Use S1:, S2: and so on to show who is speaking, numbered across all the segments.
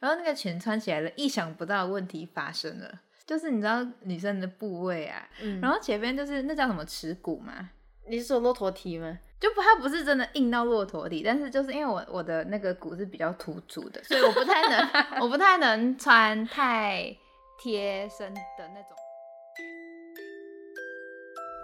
S1: 然后那个裙穿起来了，意想不到的问题发生了，就是你知道女生的部位啊，
S2: 嗯
S1: 然后前边就是那叫什么耻骨嘛，
S2: 你是说骆驼蹄吗？
S1: 就不它不是真的硬到骆驼底，但是就是因为我我的那个骨是比较突出的，所以我不太能我不太能穿太贴身的那种。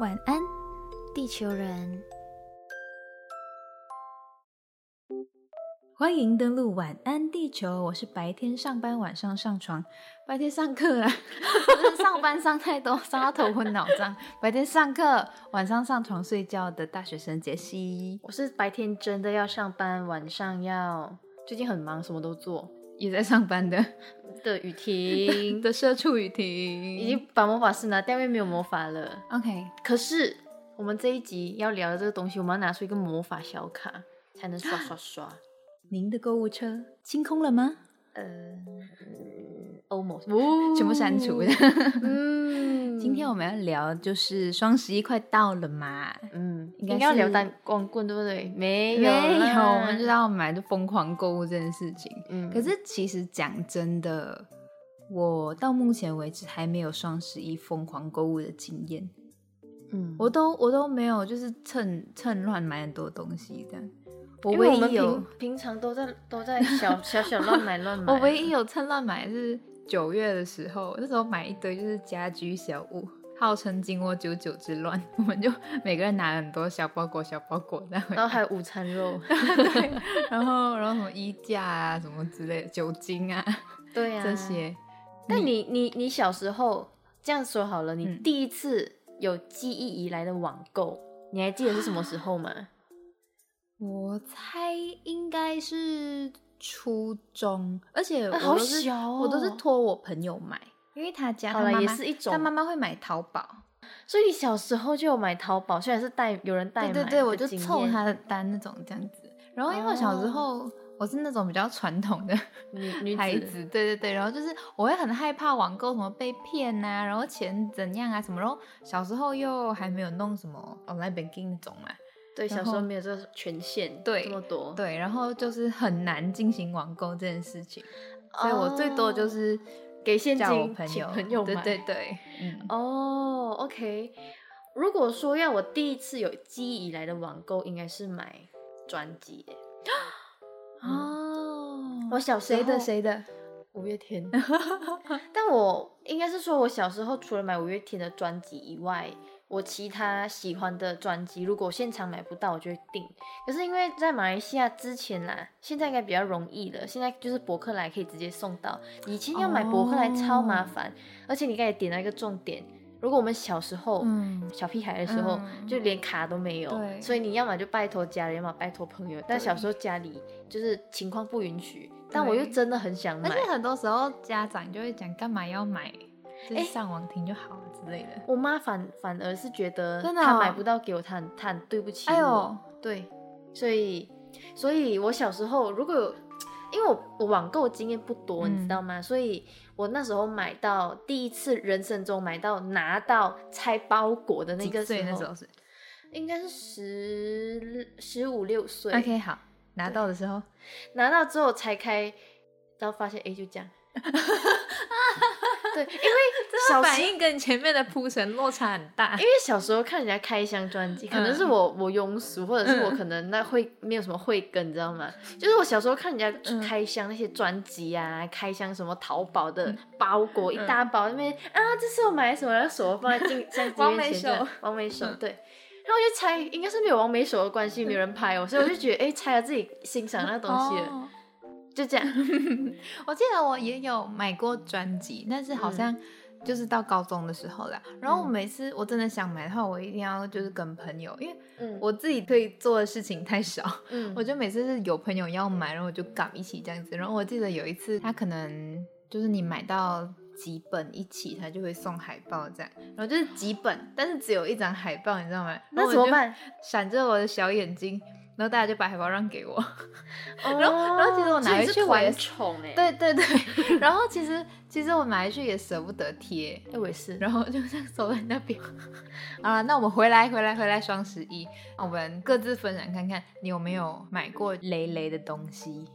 S3: 晚安，地球人。
S1: 欢迎登录晚安地球，我是白天上班，晚上上床，白天上课 啦，就是上班上太多，上到头昏脑胀，白天上课，晚上上床睡觉的大学生杰西，
S2: 我是白天真的要上班，晚上要最近很忙，什么都做
S1: 也在上班 的
S2: 的雨婷
S1: 的社畜雨婷，
S2: 已经把魔法师拿掉，因为没有魔法了。
S1: OK，
S2: 可是我们这一集要聊的这个东西，我们要拿出一个魔法小卡才能刷刷刷。
S1: 您的购物车清空了吗？
S2: 呃嗯，almost，
S1: 全部删除的。
S2: 嗯，
S1: 今天我们要聊就是双十一快到了嘛，
S2: 嗯，
S1: 应
S2: 应
S1: 该
S2: 该要聊
S1: 是
S2: 单光棍对不对？没
S1: 没有，
S2: 啦
S1: 我们就要买就疯狂购物这件事情。
S2: 嗯，
S1: 可是其实讲真的，我到目前为止还没有双十一疯狂购物的经验，
S2: 嗯，
S1: 我都我都没有就是趁趁乱买很多东西这样。我
S2: 因为
S1: 唯
S2: 我们
S1: 一有
S2: 平平常都在都在小小小乱买乱买，
S1: 我唯一有趁乱买是九月的时候，那时候买一堆就是家居小物，号称“金窝九九之乱”， 我们就每个人拿了很多小包裹、小包裹然后
S2: 然后还有午餐肉，
S1: 然后然后什么衣架啊、什么之类的、酒精啊
S2: 对呀、
S1: 这。些。
S2: 那你你你小时候这样说好了，你
S1: 嗯
S2: 第一次有记忆以来的网购，你还记得是什么时 候吗？
S1: 我猜应该是初中，而且我
S2: 啊好
S1: 都是、
S2: 小哦
S1: 我都是托我朋友买，因为他家
S2: 好
S1: 他
S2: 啦
S1: 妈
S2: 也
S1: 妈
S2: 是一种
S1: 他妈妈会买淘宝，
S2: 所以你小时候就有买淘宝，虽然是代有人代
S1: 对
S2: 买，
S1: 对对，我就凑，他的单那种这样子。然后因为我小时候、我是那种比较传统的
S2: 女哦女
S1: 孩
S2: 子
S1: 子，对对对，然后就是我会很害怕网购什么被骗呐、然后钱怎样啊什么，然后小时候又还没有弄什么 online banking 那种嘛，
S2: 对
S1: 然
S2: 小时候
S1: 后
S2: 没有这个权限，
S1: 对
S2: 这么多，
S1: 对，然后就是很难进行网购这件事情，所以我最多就
S2: 哦
S1: 是
S2: 给现
S1: 叫我
S2: 金
S1: 朋
S2: 请
S1: 友，
S2: 朋友
S1: 对
S2: 买
S1: 对对，嗯，
S2: 哦，OK。如果说要我第一次有记忆以来的网购，应该是买专辑耶。
S1: 哦
S2: 我小时候
S1: 谁的谁的，
S2: 五月天， 但我应该是说，我小时候除了买五月天的专辑以外，我其他喜欢的专辑，如果现场买不到，我就会订。可是因为在马来西亚之前啦，现在应该比较容易了，现在就是博客来可以直接送到，以前要买博客来超麻
S1: 哦
S2: 烦，而且你刚才点到一个重点，如果我们小时候，
S1: 嗯
S2: 小屁孩的时候，
S1: 嗯
S2: 就连卡都没有，
S1: 对
S2: 所以你要么就拜托家人，要么拜托朋友。但
S1: 对
S2: 小时候家里就是情况不允许，但我又真的很想买
S1: 而。且很多时候家长就会讲干嘛要买，就是
S2: 哎
S1: 上网听就好了之类的。
S2: 我妈反反而是觉得
S1: 真的
S2: 她
S1: 哦
S2: 买不到给我，她很她很对不起我。
S1: 哎呦，
S2: 对，所以所以我小时候如果有，因为我我网购经验不多，
S1: 嗯
S2: 你知道吗？所以我那时候买到第一次人生中买到拿到拆包裹的那个
S1: 几岁那时
S2: 时
S1: 候
S2: 候
S1: 是
S2: 应该是十十五六岁。
S1: OK 好，拿到的时候
S2: 拿到之后拆开，然后发现哎就 这样。对，因为
S1: 这
S2: 小
S1: 个
S2: 时
S1: 反应跟前面的铺陈落差很大
S2: 因。为小时候看人家开箱专辑，可能
S1: 嗯
S2: 是我、我庸俗，或者是我可能那会没有什么慧根，你知道吗？就是我小时候看人家
S1: 嗯
S2: 开箱那些专辑啊，开箱什么淘宝
S1: 嗯
S2: 的包裹、一大包，那边啊这是我买什么，然后手放 在镜相机
S1: 王美
S2: 面前的
S1: 手嗯
S2: 王美手，对。然后我就猜，应该是没有王美手的关系，没有人拍我，所以我就觉得，哎，猜了自己欣赏那东西了，
S1: 哦
S2: 就这样。
S1: 我记得我也有买过专辑，但是好像就是到高中的时候啦。然后我每次我真的想买的话，我一定要就是跟朋友，因为
S2: 嗯，
S1: 我自己可以做的事情太少，
S2: 嗯
S1: 我就每次是有朋友要买，然后我就赶一起这样子。然后我记得有一次，他可能就是你买到几本一起，他就会送海报这样。然后就是几本，但是只有一张海报，你知道吗？然
S2: 那
S1: 后我
S2: 怎么
S1: 就
S2: 办？
S1: 闪着我的小眼睛，然后大家就把海报让给我。
S2: 然
S1: 后然哦后其实我拿回去我也是欸
S2: 宠 哎，
S1: 对对对，然后其实其实我买回去也舍不得贴，
S2: 哎，我也是。
S1: 然后就这样走在那边。好了，那我们回来，回来，回来，双十一，我们各自分享看看你有没有买过雷雷的东西。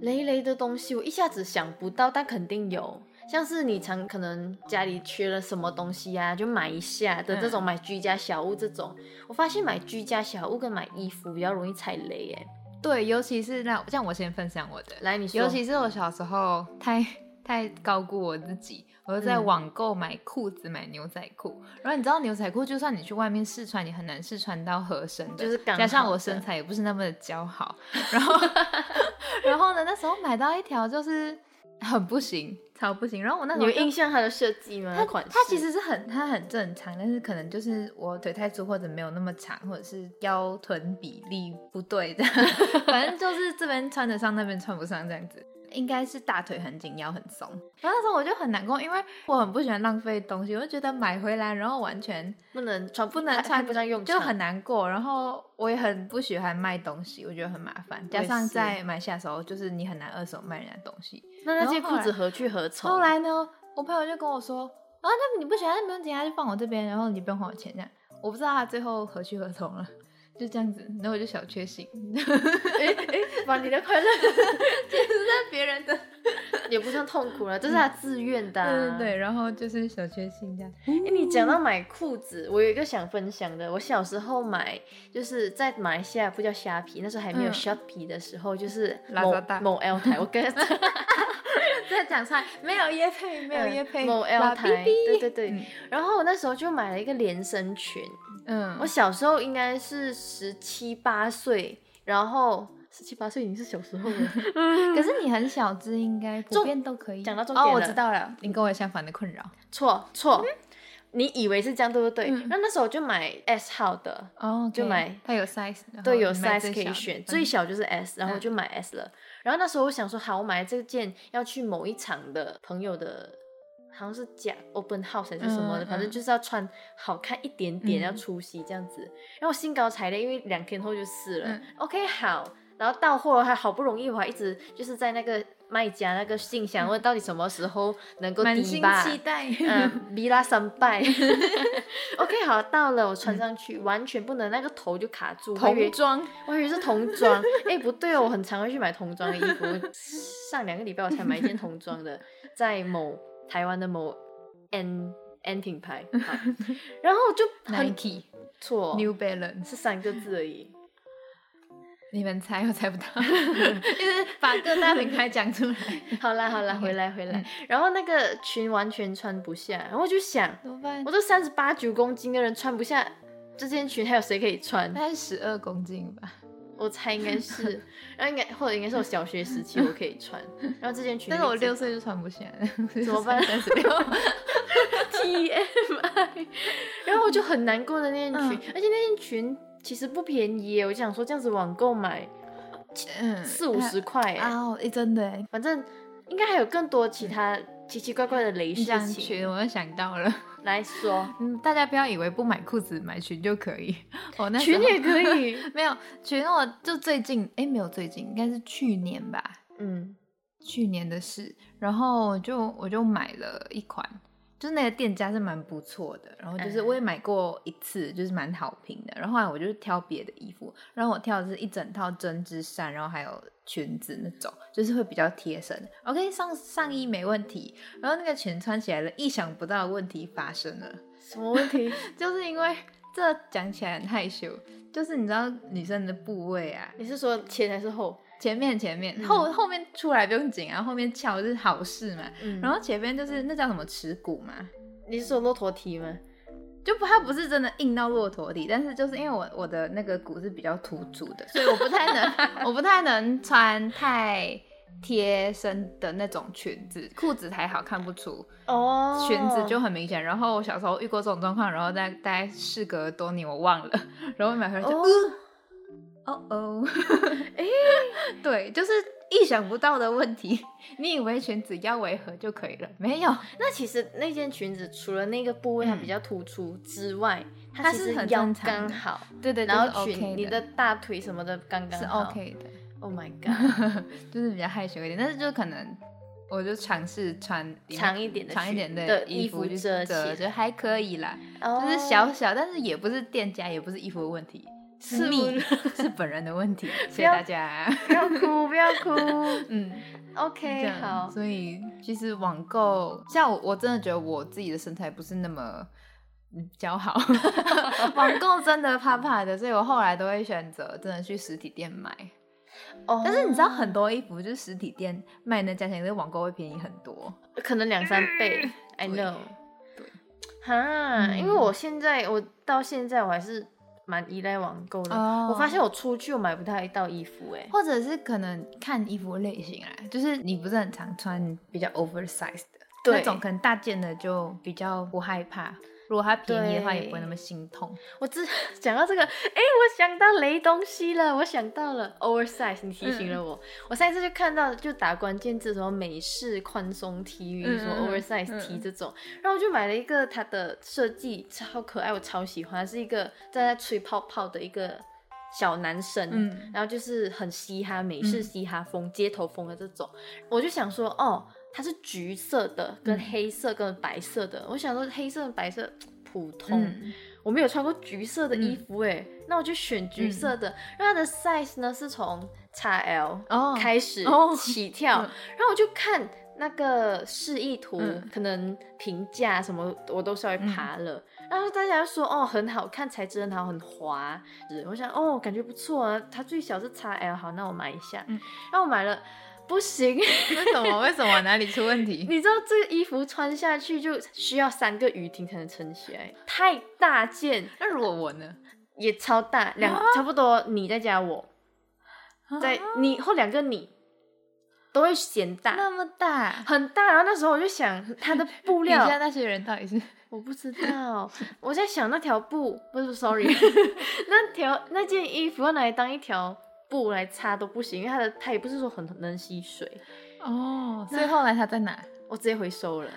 S2: 雷雷的东西，我一下子想不到，但肯定有。像是你常可能家里缺了什么东西呀、就买一下的这
S1: 嗯
S2: 种买居家小物这种，我发现买居家小物跟买衣服比较容易踩雷耶。
S1: 对，尤其是那像我先分享我的，
S2: 来，你说，
S1: 尤其是我小时候太太高估我自己，我就在
S2: 嗯
S1: 网购买裤子、买牛仔裤，然后你知道牛仔裤，就算你去外面试穿，也很难试穿到合身的，
S2: 就是刚
S1: 加上
S2: 好
S1: 我
S2: 的
S1: 身材也不是那么的姣 好，然后然后呢，那时候买到一条就是很不行，超不行，然后我那时
S2: 你
S1: 候
S2: 有
S1: 就
S2: 印象它的设计吗？
S1: 它
S2: 款式
S1: 它其实是很它很正常，但是可能就是我腿太粗或者没有那么长，或者是腰臀比例不对的，反正就是这边穿得上那边穿不上这样子。应该是大腿很紧，腰很松。然后那时候我就很难过，因为我很不喜欢浪费东西，我就觉得买回来然后完全
S2: 不能穿，
S1: 不能
S2: 派
S1: 穿
S2: 派不上用
S1: 就
S2: 场
S1: 很难过。然后我也很不喜欢卖东西，我觉得很麻烦。加
S2: 我也
S1: 上
S2: 是
S1: 在马来西亚的时候，就是你很难二手卖人家东西。
S2: 那那
S1: 然后
S2: 件
S1: 后
S2: 裤子
S1: 来
S2: 何去何从？
S1: 后来呢，我朋友就跟我说，啊，那你不喜欢，那不用紧，啊他就放我这边，然后你不用还我钱这样。我不知道他最后何去何从了，就这样子，然后我就小确幸，
S2: 把你的快乐
S1: 那别人的，
S2: 也不算痛苦了，这是他自愿的、啊。
S1: 对对对，然后就是小确幸这样。
S2: 哎、你讲
S1: 嗯
S2: 到买裤子，我有一个想分享的。我小时候买，就是在马来西亚不叫虾皮，那时候还没有
S1: 嗯
S2: Shopee 的时候，就是某
S1: Lazada
S2: 某 L 台，我跟
S1: 再讲出来，没有叶配， 没有叶配，
S2: 嗯某 L
S1: 拉 B
S2: 台，对
S1: B
S2: 对对。
S1: 嗯
S2: 然后我那时候就买了一个连身裙，
S1: 嗯，
S2: 我小时候应该是十七八岁，然后十七八岁已经是小时 候了。
S1: 可是你很小只，应该普
S2: 嗯重
S1: 遍都可以。
S2: 讲到重点
S1: 哦，我
S2: 了
S1: 知道了，你跟我有相反的困扰。
S2: 错错，你以为是这样对不对？
S1: 嗯
S2: 那那时候我就买 S 号的，
S1: 哦，
S2: 就买
S1: 它有 size，然后
S2: 对，有
S1: 你买
S2: size
S1: 最
S2: 可以
S1: 小的
S2: 选，
S1: 嗯
S2: 最小就是 S，然后我
S1: 嗯
S2: 就买 S 了。然后那时候我想说，好，我买这件要去某一场的朋友的，好像是假 open house 还是什么的，
S1: 嗯
S2: 反正
S1: 嗯
S2: 就是要穿好看一点点，要
S1: 嗯
S2: 出席这样子。然后我兴高采烈，因为两天后就试了、
S1: 嗯
S2: o k 好。然后到货还好不容易，我还一直就是在那个卖家那个信箱问到底什么时候能够
S1: 嗯满
S2: 抵
S1: 心
S2: 吧。
S1: 期待。
S2: 嗯， 米拉三拜。OK，好，到了，我
S1: 嗯
S2: 穿上去、完全不能，那个头就卡住。我以为
S1: 童装，
S2: 我以为是童装，哎、不对哦，我很常会去买童装的衣服。上两个礼拜我才买一件童装的， 在某台湾的某 N N 品牌，好然后我就很
S1: Nike、
S2: 错，
S1: New Balance，
S2: 是三个字而已。
S1: 你们猜我猜不 到，就是把各大品牌讲出来，
S2: 好啦好啦，回来回
S1: 嗯
S2: 来，然后那个裙完全穿不下，然后我就想，
S1: 怎么办
S2: 我？都三十八九公斤的人穿不下这件裙，还有谁可以穿？
S1: 大概十二公斤吧，
S2: 我猜应 该是，然后应该或者应该是我小学时期我可以穿，然后这件裙，
S1: 但是我六岁就穿不下了，怎
S2: 么 办
S1: 三十六，
S2: TMI，然后我就很难过的那件裙，
S1: 嗯
S2: 而且那件裙其实不便宜耶，我就想说这样子网购买
S1: 嗯
S2: 四五十哎块耶，
S1: 啊，哦诶真的耶。
S2: 反正应该还有更多其他奇奇怪怪的雷
S1: 你
S2: 事
S1: 讲
S2: 情
S1: 裙，我又想到了，
S2: 来说，
S1: 嗯，大家不要以为不买裤子买裙就可以， 我那时候
S2: 裙也可以，
S1: 没有裙，我就最近，哎，没有最近，应该是去年吧，
S2: 嗯，
S1: 去年的事，然后我就我就买了一款，就是那个店家是蛮不错的，然后就是
S2: 嗯
S1: 我也买过一次，就是蛮好评的。然后后来我就是挑别的衣服，然后我挑的是一整套针织衫，然后还有裙子那种，就是会比较贴身。OK，上上衣没问题，然后那个裙穿起来了，意想不到的问题发生了。
S2: 什么问题？
S1: 就是因为这讲起来很害羞，就是你知道女生的部位啊，
S2: 你是说前还是后？
S1: 前面前面
S2: 嗯
S1: 后后面出来不用紧啊，后面翘是好事嘛。
S2: 嗯，
S1: 然后前面就是那叫什么耻骨嘛，
S2: 你是说骆驼蹄吗？
S1: 就不它不是真的硬到骆驼底，但是就是因为我我的那个骨是比较突出的，所以我不太 能我不太能穿太贴身的那种裙子，裤子还好看不出，
S2: 哦
S1: 裙子就很明显。然后我小时候遇过这种状况，然后大大概事隔多年我忘了，然后买回来就
S2: 哦
S1: 哦哦，哎， 对，就是意想不到的问题。 你以为裙子腰围合就可以了？没有，
S2: 那其实那件裙子除了那个部位它比较突出之外，它
S1: 它
S2: 其
S1: 是
S2: 实
S1: 很
S2: 腰
S1: 正
S2: 刚
S1: 常的
S2: 好，
S1: 对对，
S2: 然
S1: 就是
S2: 后裙、
S1: OK
S2: 你的大腿什么的刚刚
S1: 是
S2: 嗯好。
S1: OK 的，
S2: Oh my god，
S1: 就是比较害羞一点，但是就可能我就尝试穿
S2: 长一点的
S1: 长一
S2: 裙
S1: 点
S2: 的
S1: 衣
S2: 服
S1: 去
S2: 遮起
S1: 遮，
S2: 来，
S1: 就还可以啦，
S2: 哦
S1: 就是小小，但是也不是店家，也不是衣服的问题，是
S2: 你
S1: 你是本人的 问题，谢谢
S2: 要
S1: 大家。
S2: 不要哭，不要哭。
S1: 嗯，这
S2: OK，
S1: 样
S2: 好，
S1: 所以其实网购，像我我真的觉得我自己的身材不是那么嗯姣 好，网购真的怕怕的，所以我后来都会选择真的去实体店买。
S2: 哦
S1: 但是你知道，很多衣服就是实体店卖的价钱跟网购会便宜很多。
S2: 可能两三倍，I
S1: 对
S2: know。
S1: 对，
S2: 哈，
S1: 嗯
S2: 因为我现在我到现在我还是蛮依赖网购的。
S1: 哦
S2: 我发现我出去我买不太到衣服、欸，
S1: 或者是可能看衣服类型啊，就是你不是很常穿比较 oversize 的
S2: 对
S1: 那种，可能大件的就比较不害怕。如果它便宜的话，
S2: 对
S1: 也不会那么心痛。
S2: 我只 讲到这个，哎、我想到雷东西了，我想到了 oversize，你提醒了
S1: 嗯
S2: 我。我上一次就看到，就打关键字什么美式宽松 T，
S1: 嗯
S2: 什么
S1: 嗯嗯
S2: oversize
S1: 嗯
S2: T 这种，然后我就买了一个它的设计超可爱，我超喜欢，是一个在那吹泡泡的一个小男生，
S1: 嗯
S2: 然后就是很嘻哈美式
S1: 嗯
S2: 嘻哈风、街头风的这种，我就想说，哦，它是橘色的，跟
S1: 嗯
S2: 黑色跟白色的，我想说黑色跟白色普通。
S1: 嗯
S2: 我没有穿过橘色的衣服哎、那我就选橘色的。然后它的 size 呢是从 XL
S1: 嗯哦
S2: 开始
S1: 哦
S2: 起跳，
S1: 嗯
S2: 然后我就看那个示意图，
S1: 嗯
S2: 可能评价什么我都稍微爬了。
S1: 嗯
S2: 然后大家就说哦很好看，材质很好，很滑。是我想哦感觉不错啊，它最小是 XL，好，那我买一下。
S1: 嗯
S2: 然后我买了，不行，
S1: 为什么？为什么哪里出问题？
S2: 你知道这个衣服穿下去就需要三个雨停才能撑起来，太大件。
S1: 那如果我呢？
S2: 也超大，
S1: 啊
S2: 两、差不多你再加我，在你或两个你都会嫌大，
S1: 那么大，
S2: 很大。然后那时候我就想，它的布
S1: 底 下
S2: 料
S1: 那些人到底是
S2: 我不知 道，我在想那条布不是，sorry，那条那件衣服要拿来当一条布来擦都不行，因为它的它也不是说很能吸水，
S1: 哦，所以后来他在哪？
S2: 我直接回收 了，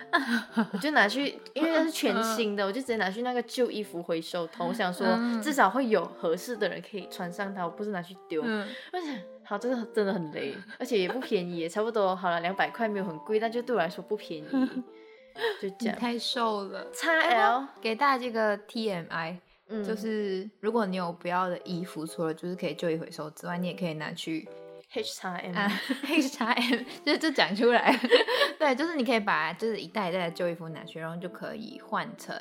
S2: 我就拿去，因为它是全新的，我就直接拿去那个旧衣服回收桶，我想说
S1: 嗯
S2: 至少会有合适的人可以穿上它，我不是拿去丢。
S1: 嗯，
S2: 我想，好，真的真的很雷，而且也不便宜，差不多好了，两百块没有很贵，但就对我来说不便 宜，就这
S1: 你
S2: 样。
S1: 太瘦了。
S2: x L，
S1: 给大家这个 TMI，、
S2: 嗯，
S1: 就是如果你有不要的衣服，除了就是可以旧衣回收之外，你也可以拿 去
S2: H x M，、
S1: 啊 H&M，就是就讲出来， 对，就是你可以把就是一袋一袋的旧衣服拿去，然后就可以换成，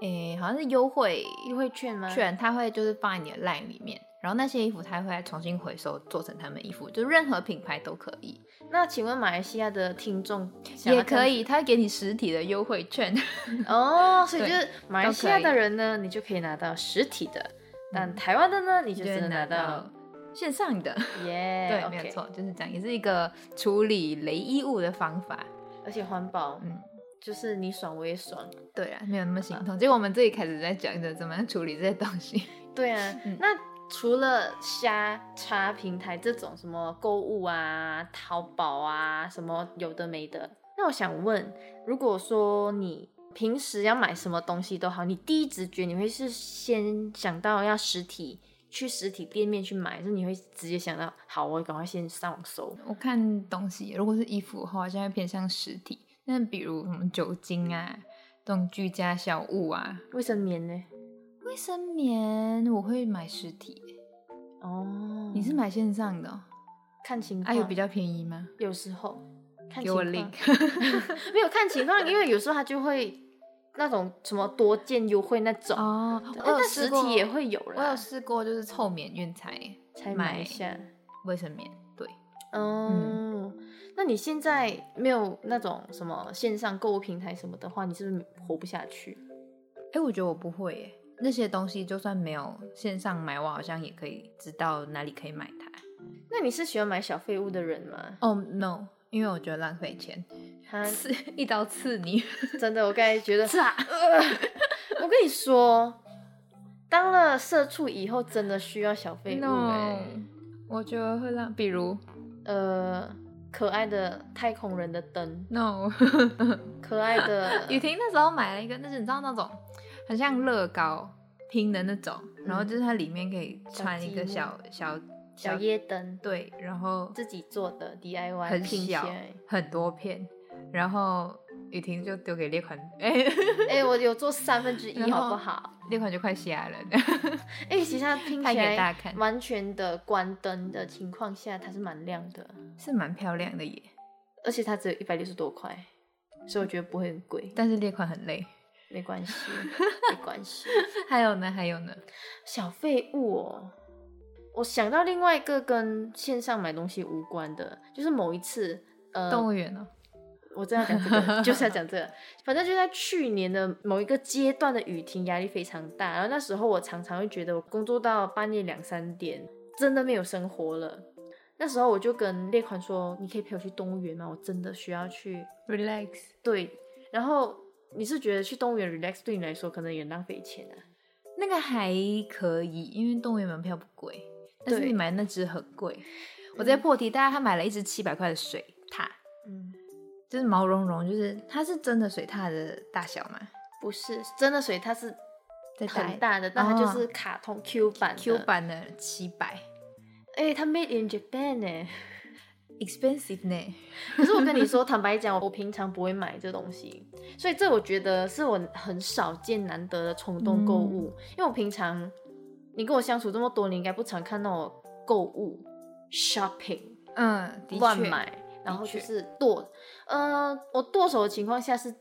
S1: 诶、好像是优惠
S2: 优惠券吗？，
S1: 券，它会就是放在你的 line 里面，然后那些衣服它会再重新回收做成他们衣服，就任何品牌都可以，
S2: 那请问马来西亚的听众想要
S1: 也可
S2: 跟
S1: 以，它会给你实体的优惠券，
S2: 哦，所以就
S1: 对
S2: 是马来西亚的人呢，你就可以拿到实体的，
S1: 嗯
S2: 但台湾的呢，你就只能拿到
S1: 线上的，
S2: 耶，
S1: 对
S2: OK
S1: 没有，错，就是这样，也是一个处理雷衣物的方法，
S2: 而且环保，
S1: 嗯。
S2: 就是你爽我也爽。
S1: 对啊，没有那么心痛。结果我们自己开始在讲着怎么样处理这些东西。
S2: 对啊，
S1: 嗯
S2: 那除了虾叉平台这种什么购物啊、淘宝啊，什么有的没的，那我想问，如果说你平时要买什么东西都好，你第一直觉你会是先想到要实体去实体店面去买，还是你会直接想到好，我赶快先上网搜？
S1: 我看东西，如果是衣服的话，现在偏向实体。那比如什么酒精啊，这种居家小物啊，
S2: 卫生棉呢？
S1: 卫生棉我会买实体。
S2: 哦，
S1: 你是买线上的、哦？
S2: 看情
S1: 啊，
S2: 况，
S1: 有比较便宜吗？
S2: 有时候看
S1: 给我
S2: 情况
S1: link。
S2: 没有看情况，因为有时候它就会那种什么多件优惠那 种，
S1: 哦，我
S2: 但
S1: 有
S2: 但
S1: 试
S2: 实
S1: 过
S2: 体也，会有
S1: 我有
S2: 啦，
S1: 试过，就是凑免运才
S2: 才买
S1: 买
S2: 一下。
S1: 卫生棉。对，
S2: 哦，
S1: 嗯
S2: 那你现在没有那种什么线上购物平台什么的话，你是不是活不下去？
S1: 哎，我觉得我不会耶，那些东西就算没有线上买，我好像也可以知道哪里可以买它。
S2: 那你是喜欢买小废物的人吗？
S1: 哦、no，因为我觉得浪费钱，
S2: 他
S1: 刺一刀刺你，
S2: 真的，我刚才觉得，呃
S1: 啊！
S2: 我跟你说，当了社畜以后，真的需要小废物、欸。
S1: 我觉得会让，比如
S2: 呃，可爱的太空人的灯，
S1: no，
S2: 可爱的
S1: 雨婷那时候买了一个，那是你知道那种很像乐高拼的那种，然后就是它里面可以穿一个小小
S2: 小夜灯，
S1: 对，然后
S2: 自己做的 DIY
S1: 很
S2: 拼起
S1: 小
S2: 来，
S1: 很多片，然后雨婷就丢给列款，哎、
S2: 哎、我有做三分之一，
S1: 然后
S2: 好不好？
S1: 列款就快瞎了。
S2: 哎、其实它拼
S1: 拍
S2: 起
S1: 给大
S2: 来
S1: 家看
S2: 完全的关灯的情况下，它是蛮亮的，
S1: 是蛮漂亮的耶，
S2: 而且它只有一百六十多块，所以我觉得不会很贵，
S1: 但是列款很累。
S2: 没关系，没关系。
S1: 还有呢，还有呢，
S2: 小废物哦。我想到另外一个跟线上买东西无关的，就是某一次，呃，
S1: 动物园哦，
S2: 我真的要讲这个，就是要讲这个。反正就在去年的某一个阶段的雨停压力非常大，然后那时候我常常会觉得我工作到半夜两三点，真的没有生活了。那时候我就跟列款说：“你可以陪我去动物园吗？我真的需要去。
S1: relax，”
S2: 对，然后你是觉得去动物园 relax 对你来说可能也浪费钱啊？
S1: 那个还可以，因为动物园门票不贵，但是
S2: 对
S1: 你买那只很贵。我在破题，大家他买了一只七百块的水獭，
S2: 嗯，
S1: 就是毛茸茸，就是它是真的水獭的大小嘛，
S2: 不是真的水，它是
S1: 再大
S2: 很
S1: 一
S2: 大的，但它就
S1: 哦
S2: 是卡通 Q 版的
S1: Q。版的七百
S2: 哎、它 Made in Japan 呢、
S1: ，expensive 呢。
S2: 可是我跟你说，坦白讲，我平常不会买这东西，所以这我觉得是我很少见难得的冲动购物。因为我平常你跟我相处这么多，你应该不常看到我购物 shopping
S1: 嗯，的
S2: 乱
S1: 确
S2: 买，然后
S1: 的确
S2: 就是剁。呃，我剁手的情况下是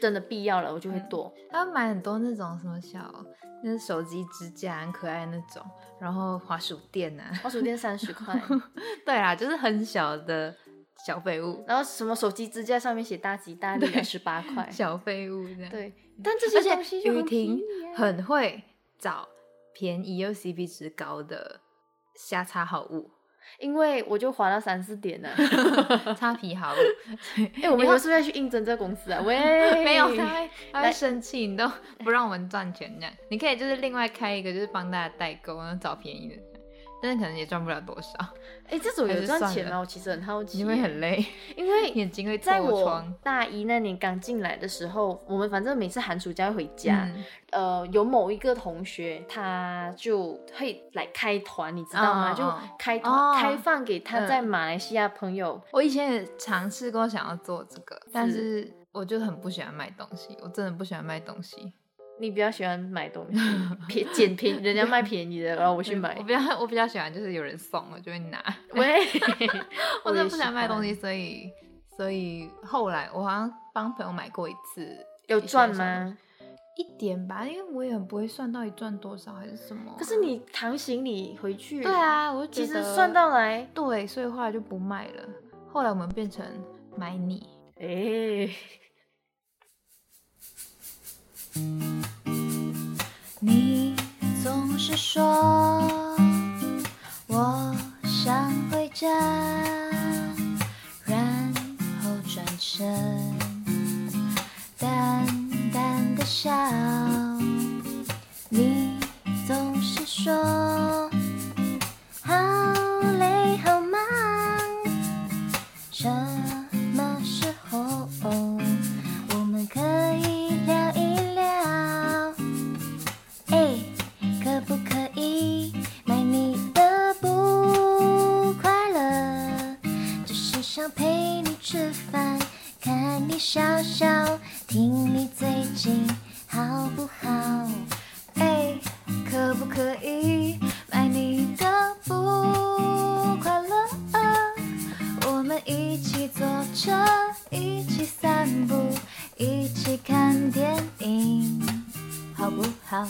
S2: 真的必要了，我就会剁。
S1: 他们买很多那种什么小，那手机支架很可爱那种，然后滑鼠垫啊，
S2: 花鼠店三十块，
S1: 对啦，就是很小的小废物，
S2: 然后什么手机支架上面写大吉大利
S1: 对
S2: 十八块，
S1: 小废物这样。，
S2: 对。但这
S1: 而
S2: 些东
S1: 且
S2: 西就
S1: 雨
S2: 很便
S1: 婷
S2: 宜啊
S1: 很会找便宜又 CP 值高的 瞎擦好物、
S2: 因为我就划到三四点 了。
S1: 擦皮好物。所以
S2: 哎、我们以后是不是要去应征这个公司啊？喂，
S1: 没有，他会他会
S2: 来
S1: 生气，你都不让我们赚钱这样。你可以就是另外开一个，就是帮大家代购，然后找便宜的这样，但是可能也赚不了多少，
S2: 哎、这种有赚钱
S1: 还是算
S2: 吗？
S1: 了
S2: 我其实很好奇，
S1: 你会很， 累，
S2: 因为
S1: 眼睛会
S2: 在
S1: 痤
S2: 我
S1: 疮。
S2: 大一那年刚进来的时候，我们反正每次寒暑假会回家，
S1: 嗯
S2: 呃，有某一个同学他就会来开团，你知道吗？
S1: 哦哦
S2: 就开团、
S1: 哦
S2: 开放给他
S1: 嗯
S2: 在马来西亚朋友。
S1: 我以前也尝试过想要做这个，但是我就很不喜欢卖东西，我真的不喜欢卖东西。
S2: 你比较喜欢买东西，便捡便宜，人家卖便宜的，然后我去买
S1: 我。比较我比较喜欢就是有人送我就会拿，，
S2: 喂
S1: 我真的不喜欢
S2: 欢
S1: 卖东西，。所以所以后来我好像帮朋友买过一次，
S2: 有
S1: 一些
S2: 赚
S1: 什么
S2: 吗？
S1: 一点吧，因为我也很不会算到底赚多少还是什么啊、
S2: 可是你扛行李回去，
S1: 对，啊，我就
S2: 其
S1: 觉得
S2: 实算到来，
S1: 对，所以后来就不卖了。后来我们变成买你，
S2: 哎、
S3: 你总是说我想回家，然后转身淡淡的笑。你总是说好累好忙，什么时候我们可以聊一聊？哎，可不可以买你的不快乐？只是想陪你吃饭，看你笑笑，听你最近好不好？哎，可不可以买你的不快乐？啊我们一起坐车，一起散步，一起看电影，好不好？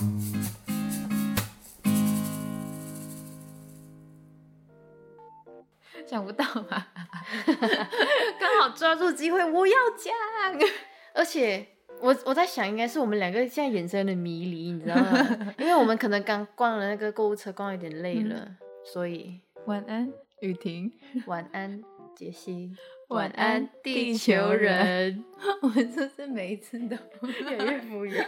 S1: 想不到吧？
S2: 刚好抓住机会，我要讲。 而且我我在想，应该是我们两个现在眼神有点迷离，你知道 吗？因为我们可能刚逛了那个购物车，逛得有点累了，所以
S1: 晚安，雨婷。
S2: 晚安，杰西，
S1: 晚安地球人。我们是不是每一次都
S2: 越来越敷衍。